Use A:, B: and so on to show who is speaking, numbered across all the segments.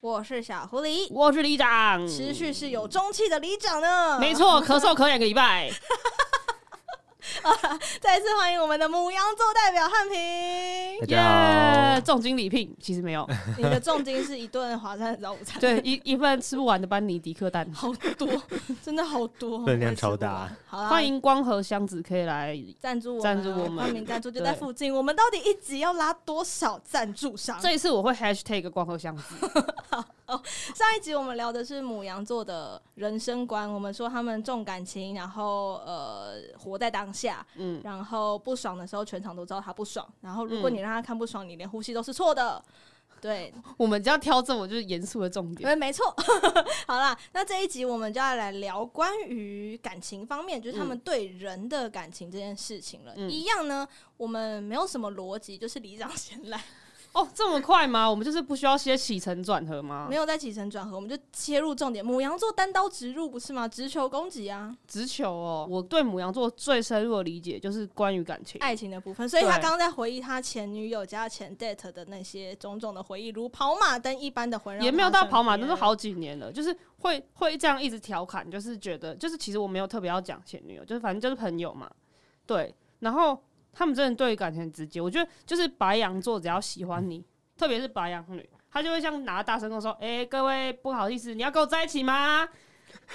A: 我是小狐狸，
B: 我是里长，
A: 持续是有中气的里长呢。
B: 嗯没，错，咳嗽咳两个礼拜。
A: 再次欢迎我们的母羊座代表 汉平。
B: 耶
C: 大家好，
B: 重金礼 聘，其实没有，
A: 你的重金是一顿华山的早午餐，
B: 对，一一份吃不完的班尼迪克蛋。
A: 好多，真的好多，
C: 分
A: 我
C: 量
A: 也吃
C: 超
A: 不
C: 大
A: 完。好啦，
B: 欢迎光和箱子可以来，
A: 赞助我们啊，
B: 赞助我们
A: 光明赞助就
B: 对
A: 在附近。我们到底一集要拉多少赞助商？
B: 这一次我会 hashtag 光和箱子，
A: 上一集我们聊的是母羊座的人生观，我们说他们重感情，然后呃活在当下，
B: 嗯，
A: 然后不爽的时候全场都知道他不爽，然后如果
B: 嗯
A: 你让他看不爽，你连呼吸都是错 的。对，
B: 我们只要挑这种就是严肃的重
A: 因
B: 点。
A: 为没错。 好啦，那这一集我们就要来聊关于感情方面，就是他们对人的感情这件事情了。
B: 嗯
A: 一样呢，我们没有什么逻辑，就是里长先来，
B: 哦，这么快吗？我们就是不需要些起承转合吗
A: 没？有在起承转合，我们就切入重点。母羊座单刀直入不是吗？直球攻击啊！
B: 直球哦，我对母羊座最深入的理解就是关于感情。
A: 爱情的部分，所以他
B: 对
A: 刚刚在回忆他前女友加前 date 的那些种种的回忆，如跑马灯一般的环绕。
B: 也没有到跑马灯，都是。好几年了，就是会会这样一直调侃，就是觉得就是其实我没有特别要讲前女友，就是反正就是朋友嘛，对。然后他们真的对感情很直接，我觉得就是白羊座只要喜欢你，特别是白羊女，她就会像拿大声跟我说：“哎、各位不好意思，你要跟我在一起吗？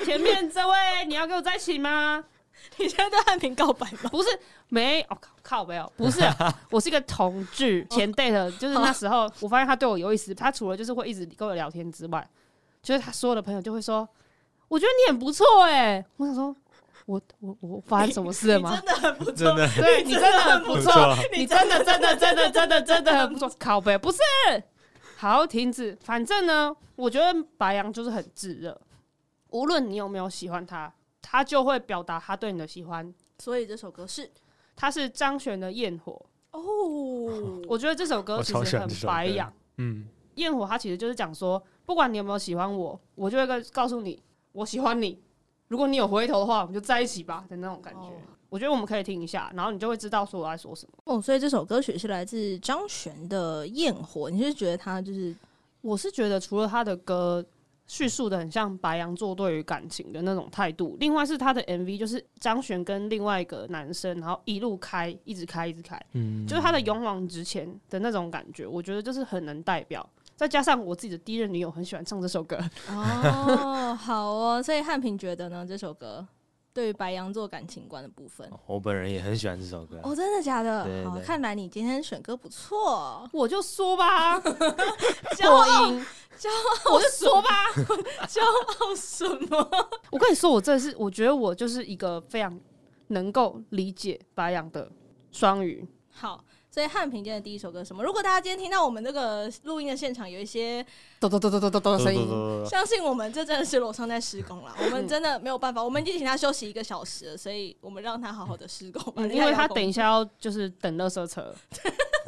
B: 前面这位你要跟我在一起吗？
A: 你现在对汉平告白 吗？
B: 不是没哦靠靠没有， 不是啊、我是一个同志前 date，就是那时 候我发现他对我有意思，他除了就是会一直跟我聊天之外，就是他所有的朋友就会说，我觉得你很不错哎、我想说，我我我发生什么事了吗？
A: 真的很不错，
C: 真的
B: 对你真的很不错，，你真的真的真的真的真的很不错，靠背不是。好，停止。反正呢，我觉得白羊就是很炙热，无论你有没有喜欢他，他就会表达他对你的喜欢。
A: 所以这首歌 是
B: 他是张悬的《焰火》，
A: 哦，
B: 我觉得这首歌
C: 我
B: 其
C: 超喜
B: 实
C: 欢
B: 很
C: 这首
B: 白
C: 歌
B: 羊。
C: 嗯，
B: 焰火它其实就是讲说，不管你有没有喜欢我，我就会跟告诉你我喜欢你。如果你有回头的话，我们就在一起吧的那种感觉。
A: 哦
B: 我觉得我们可以听一下，然后你就会知道说我在说什么。
A: 哦，所以这首歌曲是来自张悬的《焰火》，你是觉得他就是
B: 我是觉得除了他的歌叙述的很像白羊座对于感情的那种态度，另外是他的 MV 就是张悬跟另外一个男生，然后一路开，一直开，一直开。
C: 嗯
B: 就是他的勇往直前的那种感觉，我觉得就是很能代表。再加上我自己的第一任女友很喜欢唱这首歌，
A: 哦， 好哦，所以汉平觉得呢，这首歌对于白羊座感情观的部分，
B: 哦
C: 我本人也很喜欢这首歌，
A: 哦，真的假的？
C: 对对
A: 好，
C: 对
A: 看来你今天选歌不错，哦
B: 我就说吧，
A: 骄傲
B: 破音，我就说吧。
A: 骄傲什么？
B: 我跟你说，我真的是，我觉得我就是一个非常能够理解白羊的双鱼。
A: 好，所以汉平今天的第一首歌是什么？如果大家今天听到我们这个录音的现场有一些，
B: 咚咚咚咚咚咚咚的声音，
C: 呃
A: 相信我们这真的是楼上在施工了，我们真的没有办法，我们已经请他休息一个小时了，所以我们让他好好的施工吧。
B: 嗯，
A: 人
B: 因
A: 家
B: 为
A: 有
B: 他
A: 工
B: 等一下要就是等垃圾 车，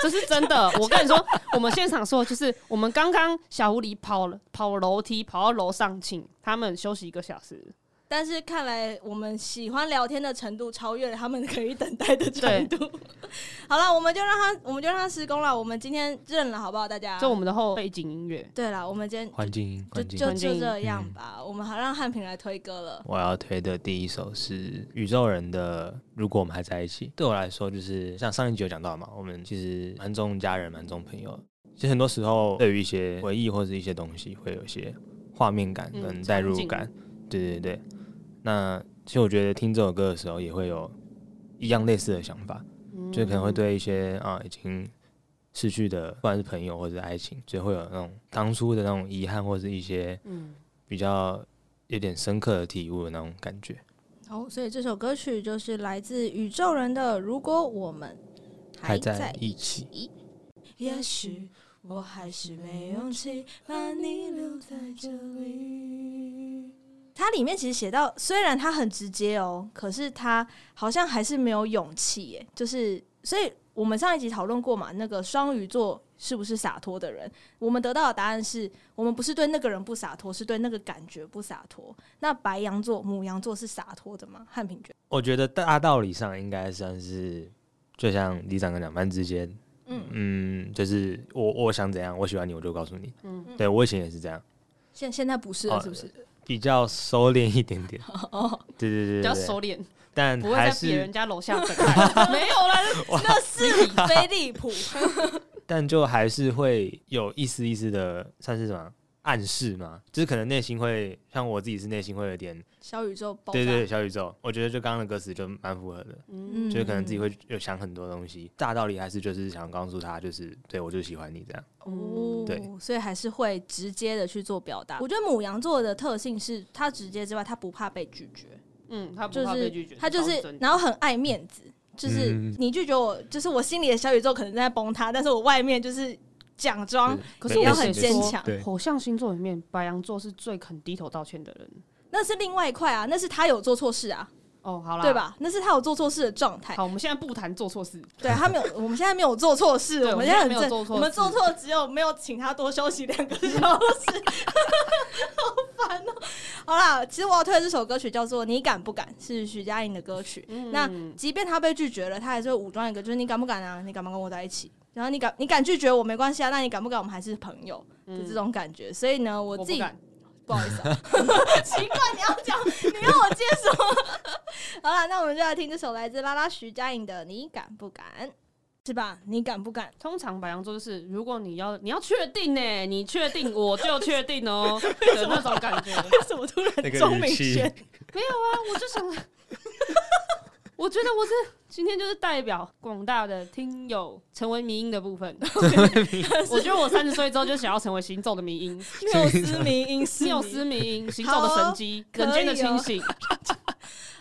B: 这是真的。我跟你说，我们现场说就是我们刚刚小狐狸跑了跑楼梯跑到楼上，请他们休息一个小时。
A: 但是看来我们喜欢聊天的程度超越了他们可以等待的程度。 好了，我们就让他，我们就让他施工了。我们今天认了，好不好，大家？
B: 就我们的后背景音乐。
A: 对了，我们今天
C: 环境音，
A: 就
C: 环境
A: 就
C: 音。
A: 就这样吧。我们好让汉平来推歌了。
C: 我要推的第一首是宇宙人的《如果我们还在一起》。对我来说，就是像上一集有讲到嘛，我们其实蛮重家人，蛮重朋友的。其实很多时候，对于一些回忆或者一些东西，会有一些画面感
B: 嗯
C: 跟代入感。对对对。那其实我觉得听这首歌的时候，也会有一样类似的想法，就可
B: 嗯
C: 能会对一些啊已经逝去的，不管是朋友或者是爱情，就会有那种当初的那种遗憾，或是一些
B: 嗯，
C: 比较有点深刻的体悟的那种感觉。
A: 哦，所以这首歌曲就是来自宇宙人的《如果我们还在
C: 一起，》。
A: 也许我还是没勇气把你留在这里。它里面其实写到，虽然它很直接哦，可是他好像还是没有勇气耶。就是，所以我们上一集讨论过嘛，那个双鱼座是不是洒脱的人？我们得到的答案是我们不是对那个人不洒脱，是对那个感觉不洒脱。那白羊座、母羊座是洒脱的吗？汉平觉得，
C: 我觉得大道理上应该算是，就像李长刚讲，蛮直接，
A: 嗯，
C: 嗯，就是我我想怎样，我喜欢你，我就告诉你。
B: 嗯
C: 对我以前也是这样，
A: 现现在不是了，
C: 哦
A: 是不是？
C: 比较收敛一点点。
A: 哦，
C: 对
B: 比
C: 对
B: 较
C: 对对对，
B: 收敛，
C: 但
B: 不会
C: 还
B: 在别
C: 是
B: 人家楼下等 待。没有啦，
A: 那是你飞利浦，
C: 但就还是会有一丝一丝的，算是什么暗示嘛？就是可能内心会，像我自己是内心会有点，
A: 小宇宙爆炸，
C: 对对对，小宇宙。我觉得就刚刚的歌词就蛮符合的，
B: 嗯，
C: 就是可能自己会有想很多东西。大道理还是就是想告诉他，就是对我就喜欢你这样。
A: 哦，
C: 对
A: 所以还是会直接的去做表达。我觉得母羊座的特性是，他直接之外，他不怕被拒绝，
B: 嗯，他不
A: 就
B: 怕被拒
A: 是
B: 绝，
A: 他就
B: 超
A: 是
B: 尊，重
A: 然后很爱面子，就是
C: 嗯
A: 你拒绝我，就是我心里的小宇宙可能在崩塌，但是我外面就是假装
C: 对
B: 可
C: 没
B: 是我
A: 要
C: 没
A: 很
C: 事
B: 写
A: 坚
B: 说
A: 强，
C: 对
B: 火象星座里面，白羊座是最肯低头道歉的人。
A: 那是另外一块啊，那是他有做错事啊，
B: 哦，好啦，
A: 对？吧？那是他有做错事的状态。
B: 好，我们现在不谈做错事，
A: 对他没有，我们现在没有做错事，
B: 对
A: 我们
B: 我们现在
A: 很
B: 没有
A: 正
B: 做错
A: 我们
B: 事
A: 做错只有没有请他多休息两个小时，好烦哦、好啦，其实我要推的这首歌曲叫做《你敢不敢》，是徐佳莹的歌曲。
B: 嗯
A: 那即便他被拒绝了，他还是会武装一个，就是你敢不敢啊？你敢不敢跟我在一起？然后你敢你敢拒绝我没关系啊，那你敢不敢？我们还是朋友，就这种感觉。所以呢，我
B: 嗯我
A: 自
B: 不
A: 己
B: 敢。
A: 不好意思、啊，奇怪，你要讲，你要我接什么？ 好了，那我们就来听这首来自拉拉徐佳莹的《你敢不敢》，是吧？你敢不敢？
B: 通常白羊座就是，如果你要你要确定呢、你确定我就确定 哦、的那种感觉。
A: 为什么突然钟明轩？
B: 没有啊，我就想， 我觉得我是今天就是代表广大的听友成为迷音的部 分。我觉得我三十岁之后就想要成为行走的迷音，
A: 缪斯迷音，
B: 缪斯迷音，行走的神机，
A: 可以哦
B: 人间的清醒。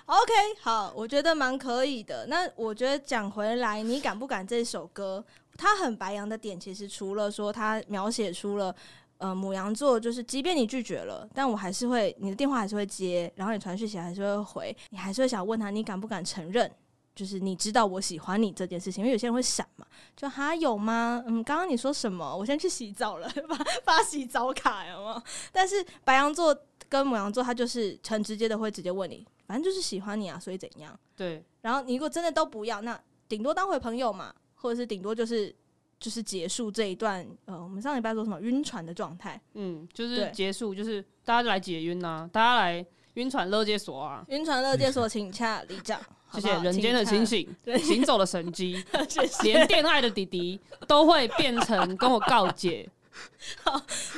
A: OK，好，我觉得蛮可以的。那我觉得讲回来，你敢不敢这首歌，它很白羊的点，其实除了说它描写出了。呃，母羊座就是，即便你拒绝了，但我还是会，你的电话还是会接，然后你传讯息还是会回，你还是会想问他，你敢不敢承认，就是你知道我喜欢你这件事情？因为有些人会闪嘛，就还有吗？嗯，刚刚你说什么？我先去洗澡了，发发洗澡卡有吗？但是白羊座跟母羊座，他就是很直接的会直接问你，反正就是喜欢你啊，所以怎样？
B: 对，
A: 然后你如果真的都不要，那顶多当回朋友嘛，或者是顶多就是就是结束这一段呃，我们上礼拜说什么晕船的状态，
B: 嗯，就是
A: 对
B: 结束，就是大家就来解晕啊，大家来晕船乐界所啊。
A: 晕船乐界所请洽李长，
B: 谢谢人间的清醒，
A: 对
B: 行走的神机，
A: 好不好，请洽 谢
B: 连
A: 谢。
B: 恋爱的弟弟都会变成跟我告解。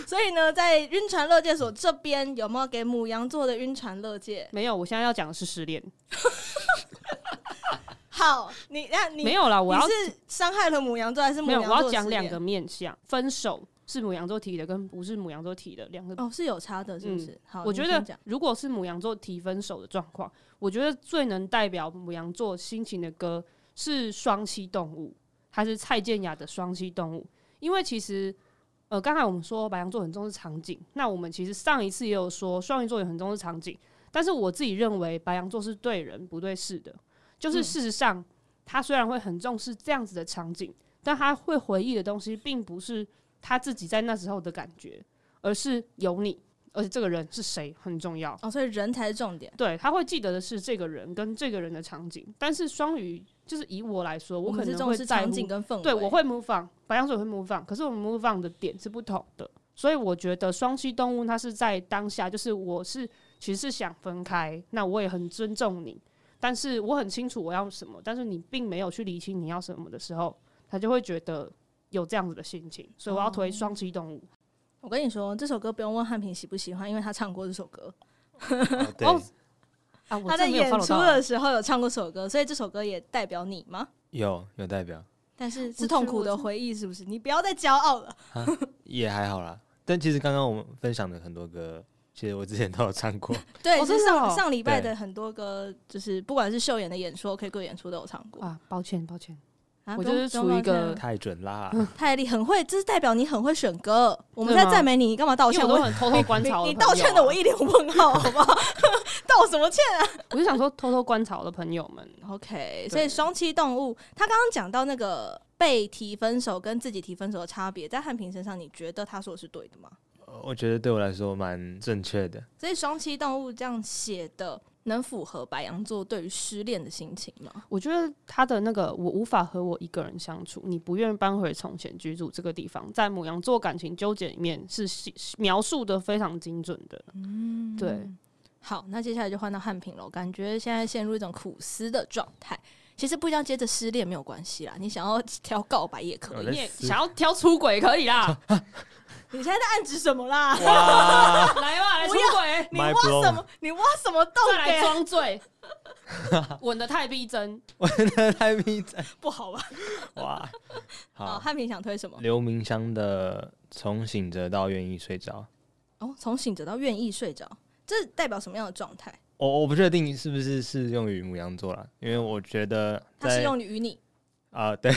A: 所以呢，在晕船乐界所这边有没有给母羊座的晕船乐界？
B: 没有，我现在要讲的是失恋。
A: 好，你那你
B: 没有啦，我要
A: 你是伤害了母羊座还是母
B: 没有，
A: 羊
B: 我
A: 座？
B: 要讲两个。面向，分手是母羊座提的，跟不是母羊座提的两个。
A: 哦，是有差的，是不是？好，
B: 嗯我
A: 你
B: 觉
A: 先
B: 得
A: 讲
B: 如果是母羊座提分手的状况，我觉得最能代表母羊座心情的歌是《双栖动物》，还是蔡健雅的《双栖动物》？因为其实。呃，刚才我们说白羊座很重视场景，那我们其实上一次也有说双鱼座也很重视场景，但是我自己认为白羊座是对人不对事的，就是
A: 嗯
B: 事实上他虽然会很重视这样子的场景，但他会回忆的东西并不是他自己在那时候的感觉，而是有你，而且这个人是谁很重要。
A: 哦，所以人才是重点。
B: 对，他会记得的是这个人跟这个人的场景，但是双鱼就是以我来说，我
A: 们
B: 可
A: 是
B: 能
A: 重
B: 会
A: 视
B: 在
A: 场
B: 乎
A: 景跟氛围。
B: 对，我会 move on，白羊水会 move on，可是我们 move on 的点是不同的，所以我觉得双栖动物它是在当下，就是我是其实是想分开，那我也很尊重你，但是我很清楚我要什么，但是你并没有去理清你要什么的时候，他就会觉得有这样子的心情，所以我要推双栖动物。
A: 我跟你说，这首歌不用问汉平喜不喜欢，因为他唱过这首歌。
C: 哦对，
B: 哦啊，我
A: 他在
B: 真的没有
A: 演
B: follow
A: 出
B: 到啊
A: 的时候有唱过这首歌，所以这首歌也代表你吗？
C: 有有代表，
A: 但是
B: 我
A: 是痛
B: 觉得
A: 苦
B: 我
A: 的
B: 是
A: 回忆，是不是？你不要再骄傲了。
C: 也还好啦。但其实刚刚我们分享的很多歌，其实我之前都有唱过。
A: 对，
B: 哦
A: 就
B: 真
A: 是
B: 的
A: 上
B: 哦
A: 上礼拜
C: 对
A: 的很多歌，就是不管是秀妍的演出、K 歌演出都有唱过。
B: 啊，抱歉抱歉，
A: 啊不
B: 我
A: 用
B: 就是
A: 不用
B: 处于一
A: 抱歉
B: 个
A: 啊
C: 太准 啦！
A: 太厉，很会，这是代表你很会选歌。我们
B: 对
A: 在
B: 吗
A: 赞美你，你干嘛道
B: 因
A: 歉？
B: 为我哎都
A: 我
B: 很偷偷观察我
A: 你
B: 的
A: 你道
B: 朋友
A: 歉的
B: 啊
A: 我一脸问号，好不好？ 道什么歉？
B: 我就想说偷偷观察我的朋友们，
A: OK，
B: 对
A: 所以双栖动物，他刚刚讲到那个被提分手跟自己提分手的差别，在汉平身上，你觉得他说的是对的吗？
C: 我觉得对我来说蛮正确的。
A: 所以双栖动物这样写的，能符合白羊座对于失恋的心情吗？
B: 我觉得他的那个我无法和我一个人相处，你不愿搬回从前居住这个地方，在母羊座感情纠结里面是是是描述的非常精准的。嗯，对，
A: 好，那接下来就换到汉平了。我感觉现在陷入一种苦思的状态。其实不一定要接着失恋没有关系啦，你想要挑告白也可
C: 我
A: 以。
C: 在
B: 你也
C: 思
B: 想要挑出轨可以 啦，
A: 你现在在暗指什么啦？
C: 哇
B: 来吧，来出
A: 不要
B: 轨，
A: 你挖
C: My
A: 什么？你挖什么洞
B: 再来
A: 给？
B: 装 醉，吻的太逼真，
C: 我真的 太逼真
A: 不好吧？
C: 哇！
A: 好，
C: 好，
A: 汉平想推什么？
C: 刘明湘的《从醒着到愿意睡着》
A: 哦，从醒着到愿意睡着，这代表什么样的状态？
C: 我，我不确定是不是适用于母羊座啦，因为我觉得
A: 它
C: 在
A: 适用于你。
C: 啊、对，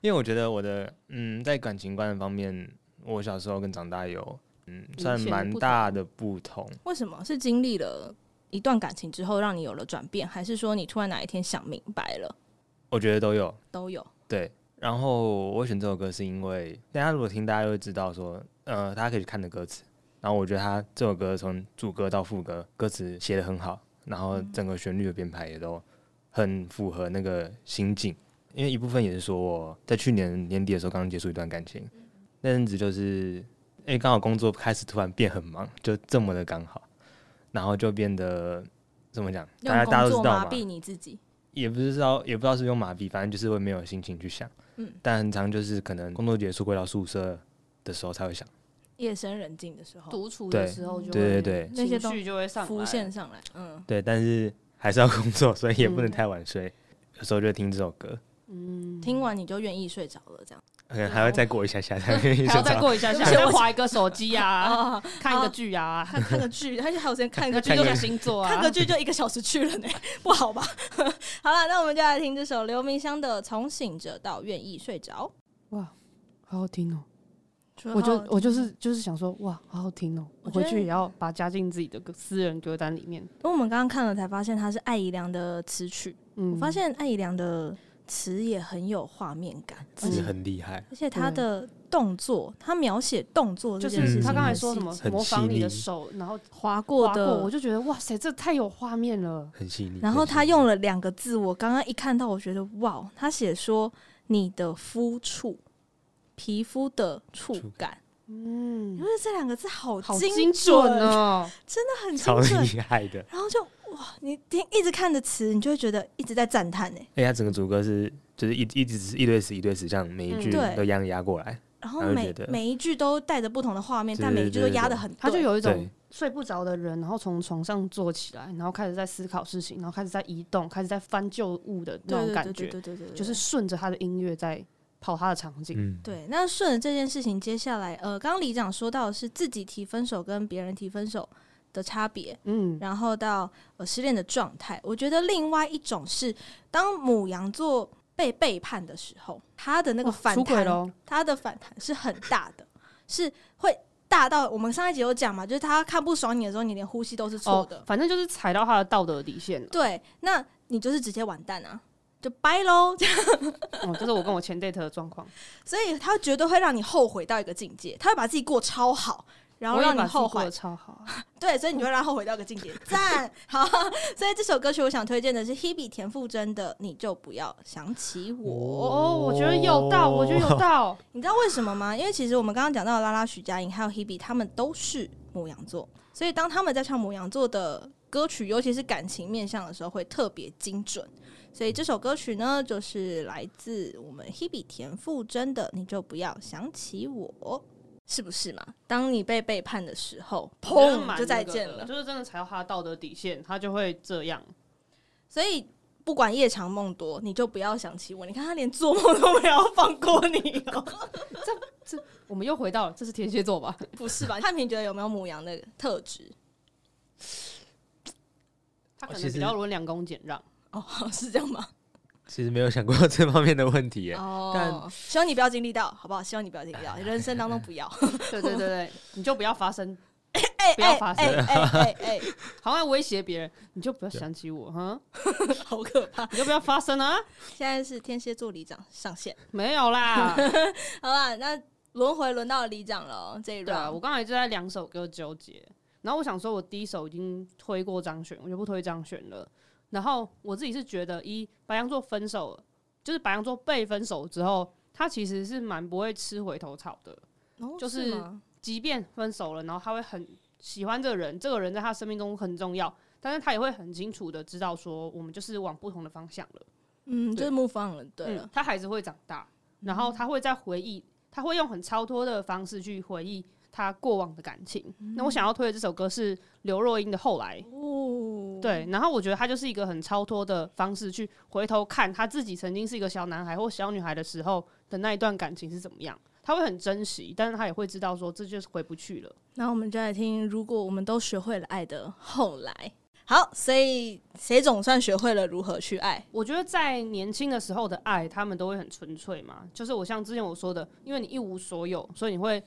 C: 因为我觉得我的嗯，在感情观方面，我小时候跟长大有嗯，算
B: 显的
C: 蛮
B: 不
C: 大的不同。
A: 为什么是经历了一段感情之后，让你有了转变，还是说你突然哪一天想明白了？
C: 我觉得都有
A: 都有。
C: 对。然后我选这首歌是因为大家如果听，大家就会知道说，呃，大家可以去看的歌词。然后我觉得他这首歌从主歌到副歌，歌词写的很好，然后
A: 嗯
C: 整个旋律的编排也都很符合那个心境。因为一部分也是说我在去年年底的时候刚刚结束一段感情，
A: 嗯
C: 那阵子就是因为刚好工作开始突然变很忙，就这么的刚好，然后就变得怎么讲？大
A: 用
C: 家大家
A: 工
C: 都
A: 作
C: 知道
A: 麻
C: 嘛，
A: 痹你自己，
C: 也不知道，也不知道是用麻痹，反正就是会没有心情去想。
A: 嗯
C: 但很常就是可能工作结束回到宿舍的时候才会想。
A: 夜深人静的时候
B: 独处的
C: 对
B: 时候就
C: 对
B: 会
C: 对
A: 对
B: 情绪就会上来
A: 浮现上来。嗯，
C: 对，但是还是要工作，所以也不能
B: 嗯
C: 太晚睡。有时候就会听这首歌，
B: 嗯，
A: 听完你就愿意睡着了，这样。
C: 可能 还会再过一下 下才会
B: 还要
C: 睡
B: 再
C: 着。
B: 过一下下，
A: 对不起
B: 再
A: 我
B: 划一个手机啊，
A: 啊，
B: 看一个剧啊，
A: 看看个剧，而且还有时间看个剧
B: 追
C: 看
A: 就
B: 一
C: 个
B: 下星座啊，
A: 看个剧就一个小时去了呢，不好吧？ 好了，那我们就来听这首刘明湘的《从醒着到愿意睡着
B: 哇，好好听哦！》。
A: 除
B: 我就
A: 了
B: 我就是就是想说，哇，好好听哦！
A: 我
B: 我
A: 觉
B: 回
A: 得
B: 去也要把它加进自己的歌私人歌单里面。
A: 因为我们刚刚看了才发现它是艾怡良的词曲，
B: 嗯，
A: 我发现艾怡良的词也很有画面感，而
C: 是
A: 且
C: 很厉害，
A: 而且他的动作，他描写动作这
B: 就
A: 件事
B: 是
C: 嗯
A: 情，
B: 他刚才
A: 很
B: 说什
A: 细
B: 么
A: 致
C: 很
B: 模仿你的
C: 细腻
B: 手，然后
A: 划过
B: 划
A: 的，
B: 过，我就觉得哇塞，这太有画面了。
C: 很细腻。
A: 然后
C: 很细
A: 他
C: 腻
A: 用了两个字，我刚刚一看到，我觉得哇，他写说你的肤触，皮肤的触
C: 触
A: 感，
B: 嗯
A: 因，为这两个字好
B: 好
A: 精
B: 精准
A: 啊，
B: 哦！
A: 真的很
C: 超
A: 精准。
C: 厉害的，
A: 然后就哇，你听一直看的词，你就会觉得一直在赞叹哎。
C: 而且他整个主歌是就是一一直是一对十一对十，这样每一
B: 嗯
C: 句
A: 对
C: 都压压过来。
A: 然后
C: 然后
A: 每
C: 觉得
A: 每一句都带着不同的画面，
C: 对
A: 但每一
C: 对
A: 句
C: 对
A: 都
C: 对
A: 压
C: 对
A: 得很对，
B: 他就有一种
C: 对
B: 睡不着的人，然后从床上坐起来，然后开始在思考事情，然后开始在移动，开始在翻旧物的
A: 对
B: 那
A: 对
B: 种
A: 对
B: 感
A: 对
B: 觉，
A: 对对对，对
B: 就是顺着他的音乐在跑他的场景。
C: 嗯，
A: 对，那顺着这件事情，接下来，呃，刚刚里长说到的是自己提分手跟别人提分手的差别，
B: 嗯，
A: 然后到呃失恋的状态。我觉得另外一种是，当母羊座被背叛的时候，他的那个
B: 哇
A: 反
B: 哦出轨
A: 弹，
B: 喽，
A: 他的反弹是很大的，是会大到我们上一集有讲嘛，就是他看不爽你的时候，你连呼吸都是错的。
B: 哦，反正就是踩到他的道德底线了。
A: 对，那你就是直接完蛋啊，就掰喽。
B: 哦，这是我跟我前 date 的状况，
A: 所以他绝对会让你后悔到一个境界，他会把自己过超好， 然后
B: 我也
A: 让你
B: 把自己
A: 后
B: 过
A: 悔
B: 得。超好啊。
A: 对，所以你就会让他后悔到一个境界。 赞，好。所以这首歌曲我想推荐的是 Hebe 田馥甄的《你就不要想起我》。
B: 哦，我觉得有道，我觉得有道。
A: 你知道为什么吗？因为其实我们刚刚讲到的拉拉、许佳莹还有 Hebe，他们都是母羊座，所以当他们在唱母羊座的歌曲，尤其是感情面向的时候，会特别精准。所以这首歌曲呢，就是来自我们 Hebe 田馥甄的《你就不要想起我》，是不是嘛？当你被背叛的时候，
B: 我觉得
A: 砰
B: 蛮
A: 就再
B: 那个
A: 见
B: 的
A: 了。
B: 就是真的踩到他的道德底线，他就会这样。
A: 所以不管夜长梦多，你就不要想起我。你看他连做梦都没有放过你哦、
B: 我们又回到了，这是天蝎座吧？
A: 不是吧？汉平觉得有没有母羊的特质？
B: 他可
C: 其
B: 能
C: 实
B: 比较温良恭俭 让。
A: 哦，是这样吗？
C: 其实没有想过这方面的问题耶。
A: 哦
C: 但，
A: 希望你不要经历到，好不好？希望你不要经历到，人生当中不要，
B: 对对对对，你就不要发生，
A: 哎
B: 不要发生
A: 哎哎哎哎，
B: 好像威胁别人，你就不要想起我哈，
A: 哎好可怕！
B: 你就不要发生啊，
A: 现在是天蝎座里长上线，
B: 没有啦。
A: 好吧？那轮回轮到里长了哦，这一
B: 对啊，
A: round
B: 我刚才就在两首歌纠结，然后我想说，我第一首已经推过张悬，我就不推张悬了。然后我自己是觉得，一白羊座分手，就是白羊座被分手之后，他其实是蛮不会吃回头草的。
A: 哦
B: 就是
A: 吗
B: 即便分手了，然后他会很喜欢这个人，这个人在他生命中很重要，但是他也会很清楚的知道说，我们就是往不同的方向了。
A: 嗯，就是 move on 了，对
B: 嗯
A: 了，，
B: 他孩子会长大，然后他会在回忆，他会用很超脱的方式去回忆他过往的感情。那我想要推的这首歌是刘若英的《后来》。
A: 嗯哦，
B: 嗯对，然后我觉得他就是一个很超脱的方式去回头看他自己曾经是一个小男孩或小女孩的时候的那一段感情是怎么样，他会很珍惜，但是他也会知道说这就是回不去了。
A: 那我们就来听，如果我们都学会了爱的后来，好，所以谁总算学会了如何去爱？
B: 我觉得在年轻的时候的爱，他们都会很纯粹嘛。就是我像之前我说的，因为你一无所有，所以你会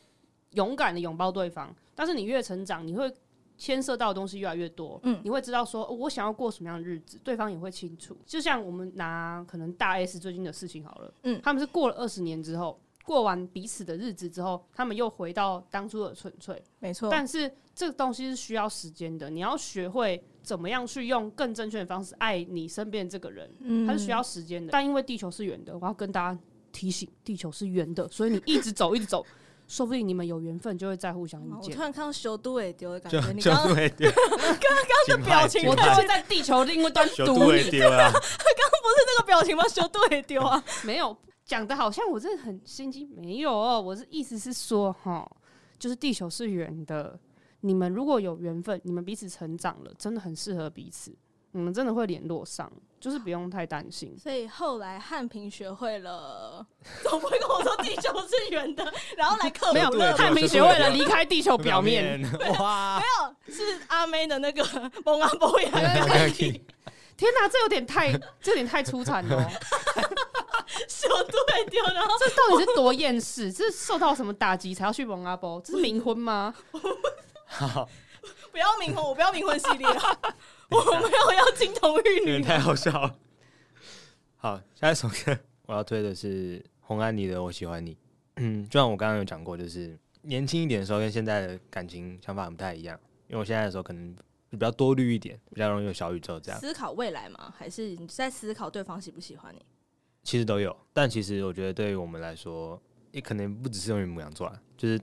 B: 勇敢的拥抱对方。但是你越成长，你会牵涉到的东西越来越多。嗯，你会知道说、哦我想要过什么样的日子，对方也会清楚。就像我们拿可能大 S 最近的事情好了，
A: 嗯
B: 他们是过了二十年之后，过完彼此的日子之后，他们又回到当初的纯粹。
A: 没错，
B: 但是这个东西是需要时间的，你要学会怎么样去用更正确的方式爱你身边这个人，
A: 嗯
B: 它是需要时间的。但因为地球是圆的，我要跟大家提醒，地球是圆的，所以你一直走，一直走，说不定你们有缘分就会再互相遇
A: 哦嗯我
B: 见
A: 突。然看到修都尾丢的感
C: 就
A: 觉，你
C: 就
A: 刚 刚
C: 会丢，刚刚的
A: 表情
B: 我就
A: 太
B: 会在地球另一端
C: 就
B: 读你，
C: 会丢啊，
A: 那个表情吗？修都尾丢啊，
B: 没有讲的好像我真的很心机，没有哦，我是意思是说哈，就是地球是圆的，你们如果有缘分，你们彼此成长了，真的很适合彼此，你们真的会联络上，就是不用太担心。
A: 所以后来汉平学会了，总不会跟我说地球是圆的，然后来克服
B: 没有
C: 对
A: 乐
C: 啊
B: 太平学会了离开地球表面，
C: 哇，
A: 是阿妹的那个蒙阿波呀，
B: 天哪，这有点太，这有点太出彩了哦。
A: 修都尾丢，然后
B: 这到底是多厌世？ 这是受到什么打击才要去蒙阿波？这是冥婚吗？
A: 不要冥婚，我不要冥婚系列啊，我没有要金童玉
C: 你们
A: 女
C: 太好笑了。 好，下一首歌我要推的是洪安妮的《我喜欢你》。嗯，就像我刚刚有讲过，就是年轻一点的时候跟现在的感情想法很不太一样，因为我现在的时候可能比较多虑一点，比较容易有小宇宙这样，
A: 思考未来吗？还是你在思考对方喜不喜欢你？
C: 其实都有。但其实我觉得对于我们来说，也可能不只是用于母羊座啦，就是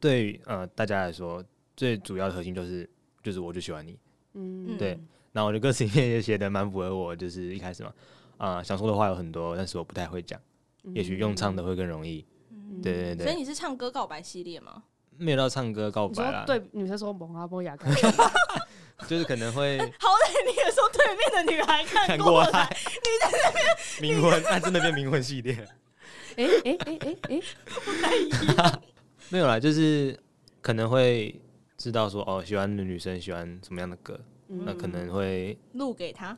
C: 对于呃大家来说，最主要的核心就是就是我就喜欢你。
B: 嗯，
A: 嗯
C: 对，那我的歌词里面也写的蛮符合我，就是一开始嘛，啊、想说的话有很多，但是我不太会讲，也许用唱的会更容易。对对
A: 所以
C: 对，
A: 你是唱歌告白系列吗？
C: 没有到唱歌告
B: 你
C: 白啦
B: 说，对女生说蒙阿波牙膏，
C: 就是可能会
A: 好歹你也说对面的女孩看
C: 看
A: 过
C: 过
A: 了，
C: 来，你在那边冥婚，啊那真的变冥婚系列，
B: 哎哎哎哎哎，
C: 没有啦，就是可能会知道说哦，喜欢的女生喜欢什么样的歌，那可能会
A: 录给他。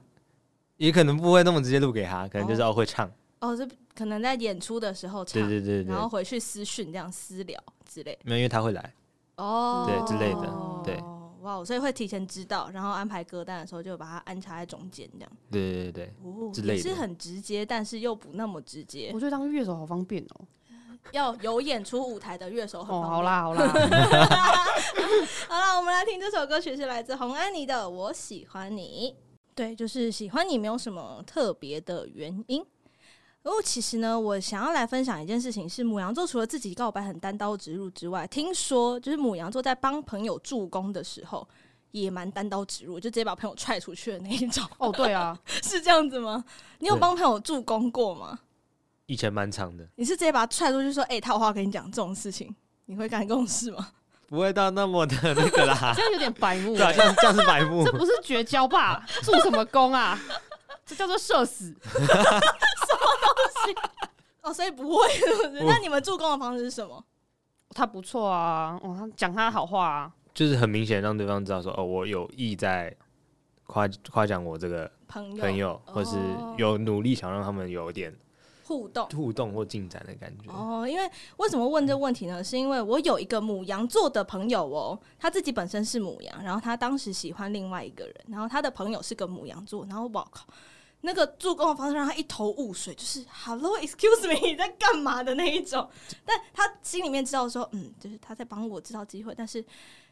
C: 也可能不会那么直接录给他，可能就是哦会唱，
A: 哦，这可能在演出的时候唱，
C: 对对对对
A: 然后，回去私讯这样私聊之类的。
C: 没有因为他会来，
A: 哦，
C: 对之类的对。
A: 哇，所以会提前知道，然后安排歌单的时候就把它安插在中间这样。
C: 对对对对，
A: 哦，
C: 之类的
A: 也是很直接，但是又不那么直接
B: 我。觉得当乐手好方便哦。
A: 要有演出舞台的乐手很
B: 哦，
A: 方
B: 好
A: 便。
B: 啦好 啦，
A: 好了，我们来听这首歌曲，是来自洪安妮的《我喜欢你》。对，就是喜欢你没有什么特别的原因。哦，其实呢，我想要来分享一件事情，是母羊座除了自己告白很单刀直入之外，听说就是母羊座在帮朋友助攻的时候，也蛮单刀直入，就直接把朋友踹出去的那一种，
B: 哦对啊，，
A: 是这样子吗？你有
C: 对
A: 帮朋友助攻过吗？
C: 以前蛮长的，
A: 你是直接把他踹出去说：“哎、他有话跟你讲。”这种事情，你会干这种事吗？
C: 不会到那么的那个啦
B: 这样有点白目
C: 对，啊，像这样是白目
B: 这，不是绝交吧？助什么攻啊？这叫做社死。
A: 哦，所以不会，是不是？
C: 不
A: 那你们助攻的方式是什么？
B: 他不错啊，哦，他讲他好话啊，
C: 就是很明显让对方知道说，哦，我有意在夸夸奖我这个
A: 朋友
C: 朋友，或是
A: 哦
C: 有努力想让他们有点
A: 互动。
C: 互动或进展的感觉。
A: 哦，因为为什么问这问题呢？是因为我有一个母羊座的朋友哦，他自己本身是母羊，然后他当时喜欢另外一个人，然后他的朋友是个母羊座，然后我靠，那个助攻的方式让他一头雾水，就是 “hello excuse me” 你在干嘛的那一种。但他心里面知道说，嗯，就是他在帮我制造机会，但是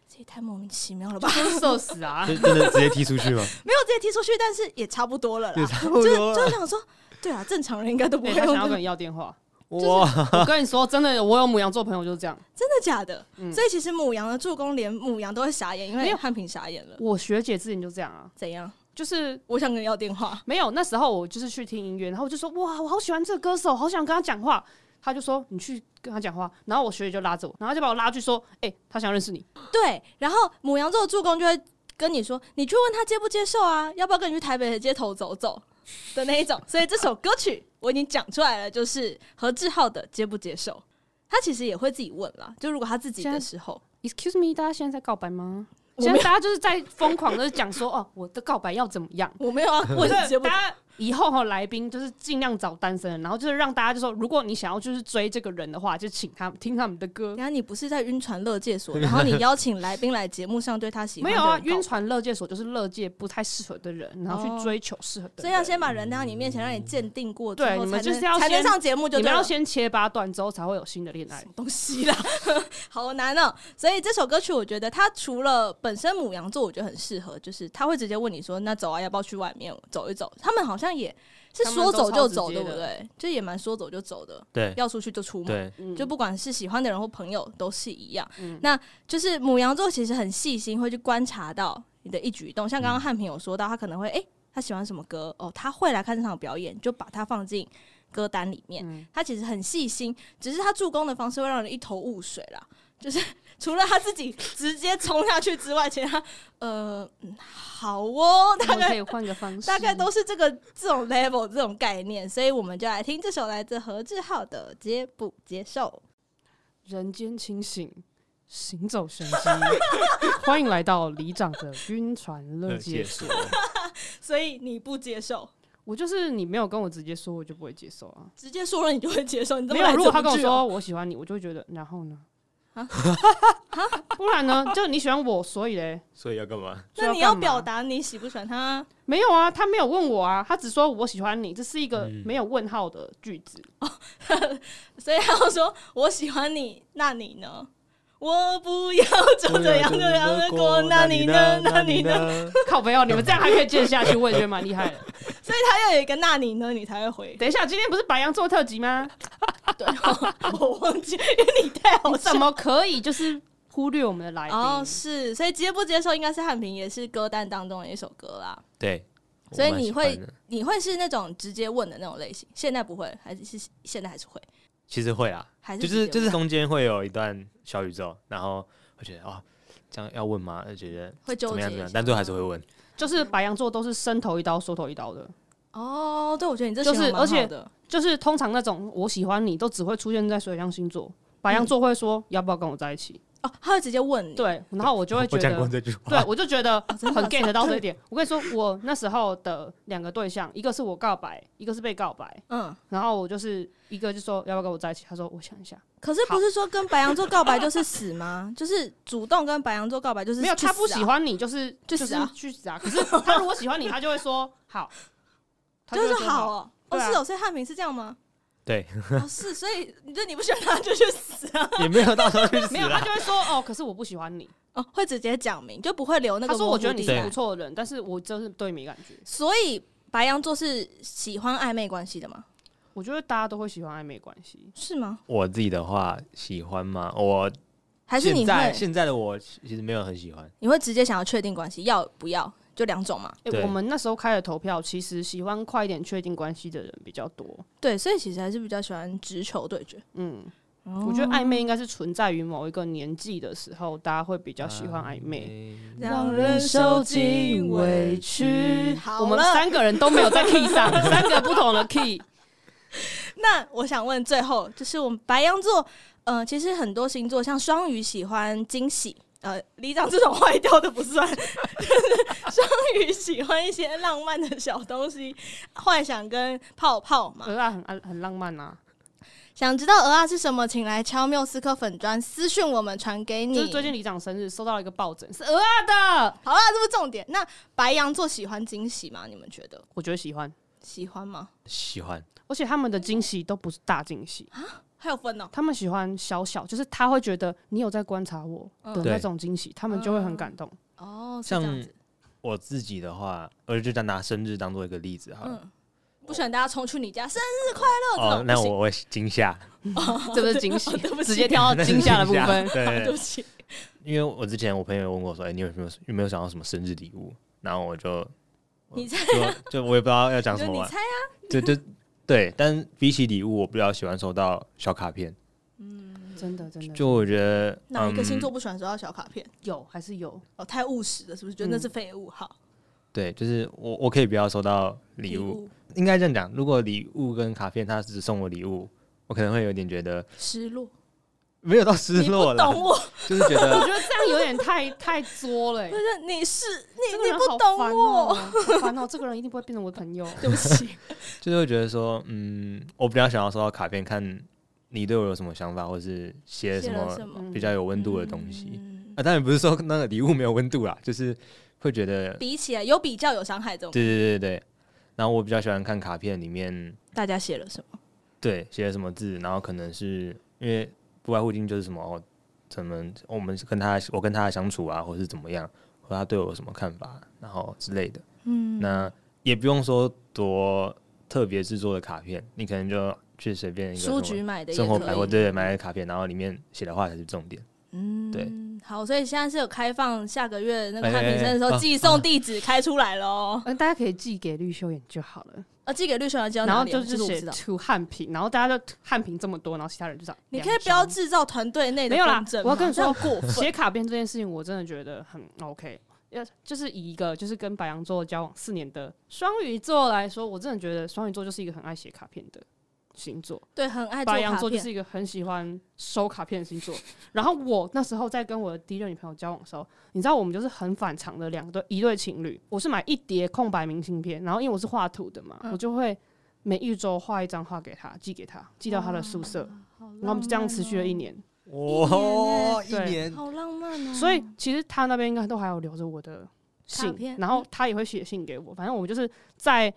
A: 这也太莫名其妙了吧？
B: 社死 啊！
C: 就真的直接踢出去吗？
A: 没有直接踢出去，但是也差不多了
C: 也
A: 啦。
C: 差不
A: 就是
C: 多
A: 就是
C: 了。
A: 想说，对啊，正常人应该都不
B: 对
A: 会
B: 他
A: 用
B: 想要
A: 这
B: 跟
A: 个，
B: 你要电话。
C: 哇，
B: 我跟你说，真的，我有母羊座朋友就是这样。
A: 真的假的？
B: 嗯
A: 所以其实母羊的助攻连母羊都会傻眼，因
B: 没
A: 为
B: 有
A: 汉平傻眼了。
B: 我学姐之前就这样啊，
A: 怎样？
B: 就是
A: 我想跟你要电话，
B: 没有那时候我就是去听音乐，然后我就说哇，我好喜欢这个歌手，好想跟他讲话。他就说你去跟他讲话，然后我学姐就拉着我，然后就把我拉去说，哎、他想认 识你。
A: 对，然后母羊座的助攻就会跟你说，你去问他接不接受啊，要不要跟你去台北的街头走走的那一种。所以这首歌曲我已经讲出来了，就是何志浩的《接不接受》，他其实也会自己问啦，就如果他自己
B: 现
A: 的
B: 在
A: 时候，
B: Excuse me，大家现在在哦告白吗？
A: 我
B: 现
A: 没
B: 在大家就是在疯狂的讲说，哦，我的告白要怎么样？
A: 我没有 要问
B: 对，
A: 接不接
B: 大家以后哈来宾就是尽量找单身人，然后就是让大家就说，如果你想要就是追这个人的话，就请他们听他们的歌。
A: 然后你不是在晕船乐界所，然后你邀请来宾来节目上对他喜欢
B: 没
A: 的
B: 有啊，
A: 人告
B: 晕船乐界所就是乐界不太适合的人，然后
A: 哦
B: 去追求适合的人。
A: 所以要先把人带到你面前，让你鉴定过之后，
B: 对你们
A: 才能
B: 就是要
A: 才能
B: 先
A: 上节目就
B: 你
A: 对
B: 们要
A: 了。
B: 先切八段之后才会有新的恋爱
A: 什。么东西啦，好难哦、所以这首歌曲，我觉得它除了本身母羊座，我觉得很适合，就是他会直接问你说：“那走啊，要不要去外面走一走？”他们好像也是
B: 他们
A: 说
B: 都
A: 走
B: 超
A: 就
B: 直
A: 走，
B: 接
A: 对不
B: 的
A: 对？就也蛮说走就走的，
C: 对
A: 要出去就出门。
C: 对，
B: 嗯
A: 就不管是喜欢的人或朋友都是一样。
B: 嗯
A: 那就是母羊座其实很细心，会去观察到你的一举一动。像刚
B: 嗯
A: 刚汉平有说到，他可能会诶，他喜欢什么歌哦，他会来看这场表演，就把它放进歌单里面。
B: 嗯
A: 他其实很细心，只是他助攻的方式会让人一头雾水啦。就是 除了他自己直接冲下去之外，其他呃，嗯好哦，
B: 我
A: 大
B: 们可
A: 概
B: 以换个方式，
A: 大概都是这个这种 level 这种概念，所以我们就来听这首来自何志浩的《接不接受》。
B: 人间清醒，行走神机。 欢迎来到里长的晕船乐界所。
A: 所以你不接受，
B: 我就是你没有跟我直接说，我就不会接受啊。
A: 直接说了你就会接受。你这
B: 没
A: 么来
B: 有，如果
A: 者
B: 他
A: 不啊
B: 跟我
A: 拒哦
B: 说我喜欢你，我就会觉得然后呢？ 不然呢？就你喜欢我，所以嘞，
C: 所以要干嘛？
A: 那你要
B: 干嘛
A: 表达你喜不喜欢他啊，
B: 没有啊？他没有问我啊，他只说我喜欢你，这是一个
C: 嗯
B: 没有问号的句子。
A: 所以他要说我喜欢你，那你呢？我不要就这样
C: 啊
A: 就这样的过，那你呢？那你呢？？
B: 靠朋友，你们这样还可以接下去，我也觉得蛮厉害的。
A: 所以他要有一个那你呢，你才会回。
B: 等一下，今天不是白羊座特辑吗？
A: 对， 我忘记，因为 你太好
B: 你
A: 笑
B: 怎。么可以就是忽略我们的来宾？
A: 哦，是，所以接不接受应该是汉平也是歌单当中的一首歌啦。
C: 对，
A: 所以
C: 我蛮
A: 你
C: 喜欢
A: 会
C: 的
A: 你会是那种直接问的那种类型，现在不会，还是是现在还是会，
C: 其实会啦，啊
A: 还是
C: 就是
A: 直接
C: 就
A: 问
C: 是中间会有一段小宇宙，然后会觉得哦，这样要问吗？就觉得
A: 会
C: 怎
A: 纠
C: 么
A: 结
C: 样怎么
A: 一
C: 样，
A: 下。
C: 但最后还是会问。
B: 就是白羊座都是伸头一刀缩头一刀的，
A: 哦，对，我觉得你这
B: 就
A: 形容
B: 是
A: 蛮
B: 而且
A: 好的
B: 就是通常那种我喜欢你都只会出现在水象星座，白羊座会说要不要跟我在一起，
A: 哦，他会直接问你，
B: 对，然后我就会觉
C: 我讲过
B: 得。
C: 这句
B: 对
A: 啊
C: 话，，
B: 我就觉得
A: 真的
B: 很 get 到这一点。 我跟你说，我那时候的两个对象，一个是我告白，一个是被告白。
A: 嗯，
B: 然后我就是一个就说要不要跟我在一起，他说我想一下，
A: 可是不是说跟白羊座告白就是死 吗？就是主动跟白羊座告白就是
B: 没有，
A: 去
B: 他不
A: 死啊
B: 喜，欢你就是
A: 去
B: 是
A: 死啊
B: 去死啊！可是他如果喜欢你，他就会说好，他
A: 就是
B: 会说
A: 好哦。哦，
B: 对啊
A: 是哦，所以汉平是这样吗？
C: 对，
A: 哦，是，所以你就你不喜欢他就去死啊？
C: 也没有到时候去 死
B: 没有，他
C: 啦。
B: 就会说哦，可是我不喜欢你。
A: 哦，会直接讲明，就不会留那个
B: 他
A: 模糊
B: 说
A: 地带。
B: 我觉得你是
C: 对
B: 不错的人，但是我就是对你没感觉。
A: 所以白羊座是喜欢暧昧关系的吗？
B: 我觉得大家都会喜欢暧昧关系，
A: 是吗？
C: 我自己的话，喜欢吗？我
A: 还是
C: 现
A: 你
C: 在
A: 会
C: 现在的我其实没有很喜欢，
A: 你会直接想要确定关系，要不要？就两种嘛。
B: 诶，
C: 对
B: 我们那时候开的投票，其实喜欢快一点确定关系的人比较多。
A: 对，所以其实还是比较喜欢直球对决。
B: 嗯，
A: 哦
B: 我觉得暧昧应该是存在于某一个年纪的时候，大家会比较喜欢暧昧。
C: 嗯。
A: 让人受尽委屈好
B: 我们
A: 了
B: 三个人都没有在 key 上，三个不同的 key。
A: 那我想问，最后就是我们白羊座，呃，其实很多星座像双鱼喜欢惊喜，呃，里长这种坏掉的不算， 就是双鱼喜欢一些浪漫的小东西，幻想跟泡泡嘛。
B: 鹅啊，很很很浪漫啊，
A: 想知道鹅啊是什么，请来敲缪斯科粉砖私讯我们，传给你。
B: 就是最近里长生日收到了一个抱枕，是鹅啊的，
A: 好啦，这不重点。那白羊座喜欢惊喜吗？你们觉得
B: 我觉得喜欢，
A: 喜欢吗？
C: 喜欢，
A: 哦
B: 而且他们的惊喜都不是大惊喜，
A: 还有分哦。
B: 他们喜欢小小，就是他会觉得你有在观察我
A: 嗯
B: 的那种惊喜，他们就会很感动。
A: 哦，是这
C: 像
A: 样子。
C: 我自己的话，我就拿生日当做一个例子好了。
A: 嗯，不喜欢大家冲去你家，生日快乐这
C: 哦
A: 种。，
C: 那
A: 不行
C: 哦我我惊吓，
B: 这不是惊喜
A: 哦对不，起
B: 直接 跳到惊吓的部分。
C: 对对
A: 对
C: 对
A: 不，起，
C: 因为我之前我朋友问我说：“哎、你有没有有没有想要什么生日礼物？”然后我就
A: 你猜
C: 就就我也不知道要讲
A: 就
C: 什
A: 是
C: 么
A: 你
C: 啊，
A: 猜啊，
C: 对对对。但比起礼物，我比较喜欢收到小卡片。
B: 真的真的
C: 就我觉得
A: 哪一个星座
C: 嗯？
A: 不喜欢收到小卡片？
B: 有还是有，
A: 哦，太务实了，是不是？觉得那
C: 嗯
A: 是废物。好，
C: 对，就是我我可以不要收到礼物，应该这样讲。如果礼物跟卡片他只送我礼物，我可能会有点觉得
A: 失落，
C: 没有到失
A: 你
C: 落
A: 不
C: 了
A: 懂，我，
C: 就是觉
B: 我觉
C: 得
B: 得这样有点太 太作了欸。
A: 就是你是
B: 这
A: 你，
B: 个
A: 你
B: 人
A: 不
B: 好
A: 懂
B: 烦
A: 我。
B: 哦，烦哦，这个人一定不会变成我的朋友。
A: 对不 起，
C: 就是会觉得说，嗯，我比较想要收到卡片，看你对我有什么想法，或是写什
A: 写了
C: 么
A: 什么
B: 嗯
C: 比较有温度的东西。
A: 嗯
C: 啊，当然不是说那个礼物没有温度啦，就是会觉得，对
A: 比起来有比较有伤害这种，
C: 对对对。然后我比较喜欢看卡片里面，
A: 大家写了什么？
C: 对写了什么字，然后可能是因为不外乎一定就是什么哦，怎么我们跟他我跟他的相处啊，或是怎么样，或他对我有什么看法，然后之类的。
A: 嗯，
C: 那也不用说多特别制作的卡片，你可能就去随便一个
A: 书
C: 什
A: 局
C: 么
A: 买的也
C: 生活
A: 可
C: 百货
A: 以。
C: 对买个卡片，然后里面写的话才是重点。
A: 嗯
C: 对。
A: 好，所以现在是有开放下个月那个
C: 哎
A: 汉平生的时
C: 哎哎
A: 候，
C: 啊
A: 寄送地址开出来喽。
B: 嗯，大家可以寄给绿秀眼就好了，
A: 啊，寄给绿熊的交，
B: 然后
A: 啊这
B: 就是
A: 个我不
B: 写
A: 知道。
B: to 汉平，然后大家就汉平这么多，然后其他人就这样。
A: 你可以不要制造团队内的
B: 没有啦
A: 纷争，
B: 我要跟你
A: 这
B: 说
A: 样过 分。
B: 写卡片这件事情，我真的觉得很 OK。要就是以一个就是跟白羊座交往四年的双鱼座来说，我真的觉得双鱼座就是一个很爱写卡片的星座。
A: 对，很爱做
B: 白羊
A: 卡
B: 座就
A: 片
B: 是。一个很喜欢收卡片 的星座。然后我那时候在跟我的第一任女朋友交往的时候，你知道我们就是很反常的两对一对情侣。我是买一叠空白明信片，然后因为我是画图的嘛，
A: 嗯
B: 我就会每一周画一张画给他，寄给他，寄到他的宿舍，然
A: 啊
B: 后我们就这样持续了一年。
A: 哦
B: 一年欸
A: 好浪漫哦！
B: 所以其实他那边应该都还有留着我的
A: 卡
B: 信
A: 片，
B: 然后他也会写信给我。反正我们就是在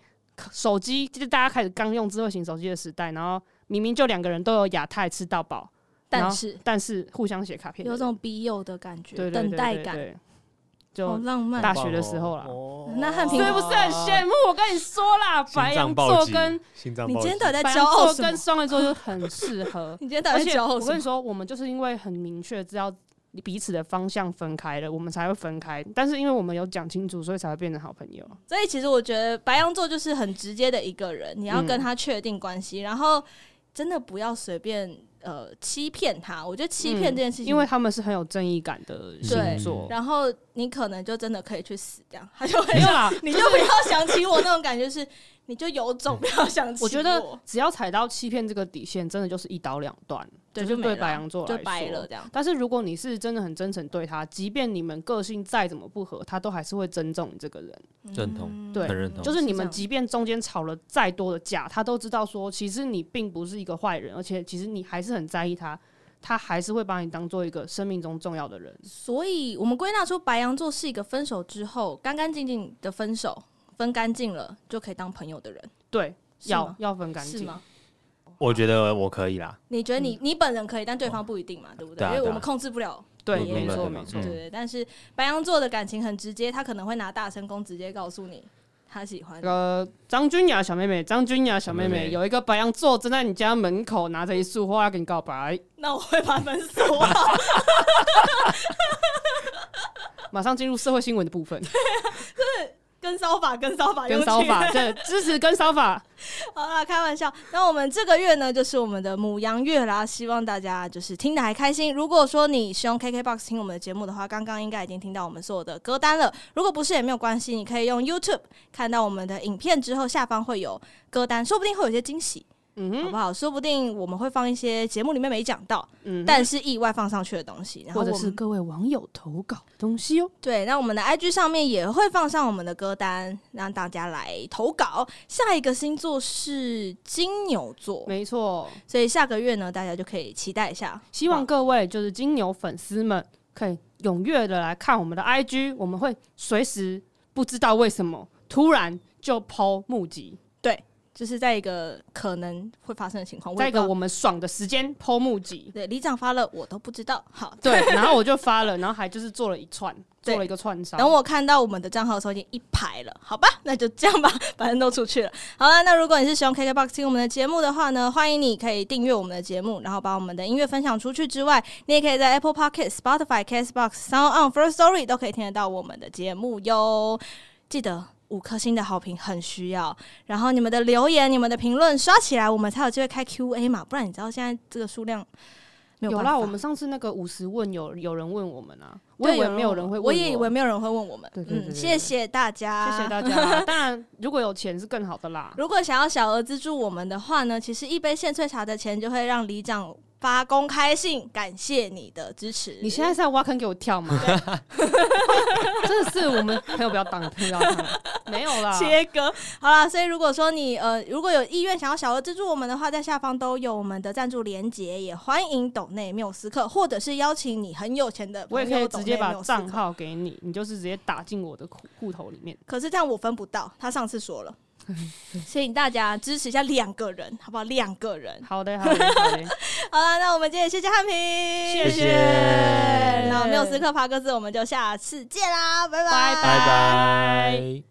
B: 手机，就是大家开始刚用智慧型手机的时代，然后明明就两个人都有亚太吃到饱，然
A: 但
B: 后
A: 是
B: 但是互相写卡片
A: 嗯
B: 的
A: 有
B: 人，
A: 种笔友的感觉，
B: 对对对
A: 等待
B: 对
A: 感，
B: 对
A: 好
B: 就
A: 浪漫。
B: 大学的时候啦
C: 哦
A: 那汉平
B: 是不是很羡慕？我跟你说啦，白羊座跟
C: 心脏
A: 你今天到底在
B: 白
A: 骄
B: 羊
A: 傲
B: 座
A: 什么。
B: 跟？双鱼座就很适合
A: 你今天到
B: 而
A: 底在
B: 且
A: 骄傲
B: 我
A: 什
B: 跟你
A: 么？
B: 说，我们就是因为很明确知道彼此的方向分开了，我们才会分开。但是因为我们有讲清楚，所以才会变成好朋友。
A: 所以其实我觉得白羊座就是很直接的一个人，你要跟他确定关系，
B: 嗯
A: 然后真的不要随便呃欺骗他。我觉得欺骗这件事情，
B: 嗯因为他们是很有正义感的星 座。
A: 然后你可能就真的可以去死掉，他就 会
B: 没有啦，
A: 你就不要想起我那种感觉是，你就有种不要想起
B: 嗯我觉得只要踩到欺骗这个底线，真的就是一刀两断，
A: 对
B: 就是
A: 就没
B: 对
A: 了
B: 白羊座来
A: 就
B: 说
A: 白了。这样。
B: 但是如果你是真的很真诚对他，即便你们个性再怎么不合，他都还是会尊重你这个人。
C: 认同
A: 嗯
B: 对
C: 很认同
B: 就是是你
A: 这
B: 们
A: 样
B: 即便中间吵了再多的架，他都知道说，其实你并不是一个坏人，而且其实你还是很在意他，他还是会把你当做一个生命中重要的人。
A: 所以我们归纳出白羊座是一个分手之后干干净净的分手，分干净了就可以当朋友的人，
B: 对，
A: 是
B: 要
A: 吗？
B: 要分干
A: 是
B: 净。嗯
A: 吗？
C: 我觉得我可以啦，
A: 你觉得你你本人可以，但对方不一定嘛，对不对？
C: 对啊
A: 因为
C: 对啊
A: 我们控制不了，
B: 对，
A: 嗯
B: 没错
C: 嗯
B: 没错
A: 对。对。对但是白羊座的感情很直接，他可能会拿大声公直接告诉你他喜欢
B: 那。个张君雅小妹妹，张君雅小妹
C: 小妹
B: 妹
C: 妹
B: 有一个白羊座站在你家门口，拿着一束花要跟你告白，
A: 那我会把门锁好，
B: 马上进入社会新闻的部分，
A: 跟骚法，跟骚法，
B: 跟骚法，对，支持跟骚法，
A: 好啦，开玩笑。那我们这个月呢，就是我们的母羊月啦，希望大家就是听得还开心。如果说你是用 KKBOX 听我们的节目的话，刚刚应该已经听到我们所有的歌单了。如果不是也没有关系，你可以用 YouTube 看到我们的影片之后，下方会有歌单，说不定会有一些惊喜，
B: 嗯
A: 好
B: 哼，
A: 不好？说不定我们会放一些节目里面没讲到，
B: 嗯哼，
A: 但是意外放上去的东西，然后
B: 或
A: 我
B: 者
A: 们
B: 是各位网友投稿的东西哦。
A: 对，那我们的 IG 上面也会放上我们的歌单，让大家来投稿。下一个星座是金牛座，
B: 没错，
A: 所以下个月呢，大家就可以期待一下。
B: 希望各位就是金牛粉丝们可以踊跃的来看我们的 IG，我们会随时不知道为什么突然就抛募集，
A: 对，就是在一个可能会发生的情况，
B: 在一
A: 也不知
B: 个
A: 道
B: 我们爽的时间剖 木集，
A: 对里长发了我都不知道。好，
B: 对，然后我就发了，然后还就是做了一串，
A: 对
B: 做了一个串烧。
A: 等我看到我们的账号的时候，已经一排了，好吧，那就这样吧， 反正都出去了。好了，那如果你是使用 KKBOX 听我们的节目的话呢，欢迎你可以订阅我们的节目，然后把我们的音乐分享出去之外，你也可以在 Apple Pocket、Spotify、Castbox、Sound On、First Story 都可以听得到我们的节目哟。记得。五颗星的好评很需要，然后你们的留言、你们的评论刷起来，我们才有机会开 Q&A 嘛，不然你知道现在这个数量没有
B: 有
A: 办
B: 啦，
A: 法。
B: 我们上次那个五十问有有人问我们啊，我
A: 对
B: 以为没有人会问
A: 我也以为没有人会问我们。
B: 对对
A: 嗯，
B: 对对
A: 谢谢大家，
B: 谢谢 大家。啊当然，如果有钱是更好的啦。
A: 如果想要小额资助我们的话呢，其实一杯现萃茶的钱就会让里长发公开信，感谢你的支持。
B: 你现在是在挖坑给我跳吗？ 真的是我们朋友不要当，朋友不要当，没有啦。
A: 切割好啦，所以如果说你呃如果有意愿想要小额资助我们的话，在下方都有我们的赞助连结，也欢迎抖内缪斯克，或者是邀请你很有钱的
B: 我
A: 朋友
B: 也可以
A: 抖
B: 直
A: 内
B: 接把
A: 缪斯克
B: 账。号给你，你就是直接打进我的户户头里面。
A: 可是这样我分不到，他上次说 了，所以大家支持一下两个人，好不好？两个人。
B: 好的，好的，好的。
A: 好了，那我们今天也谢谢汉平，
B: 谢
C: 谢谢
A: 那缪斯克爬格子，我们就下次见啦，拜
B: 拜
C: 拜拜。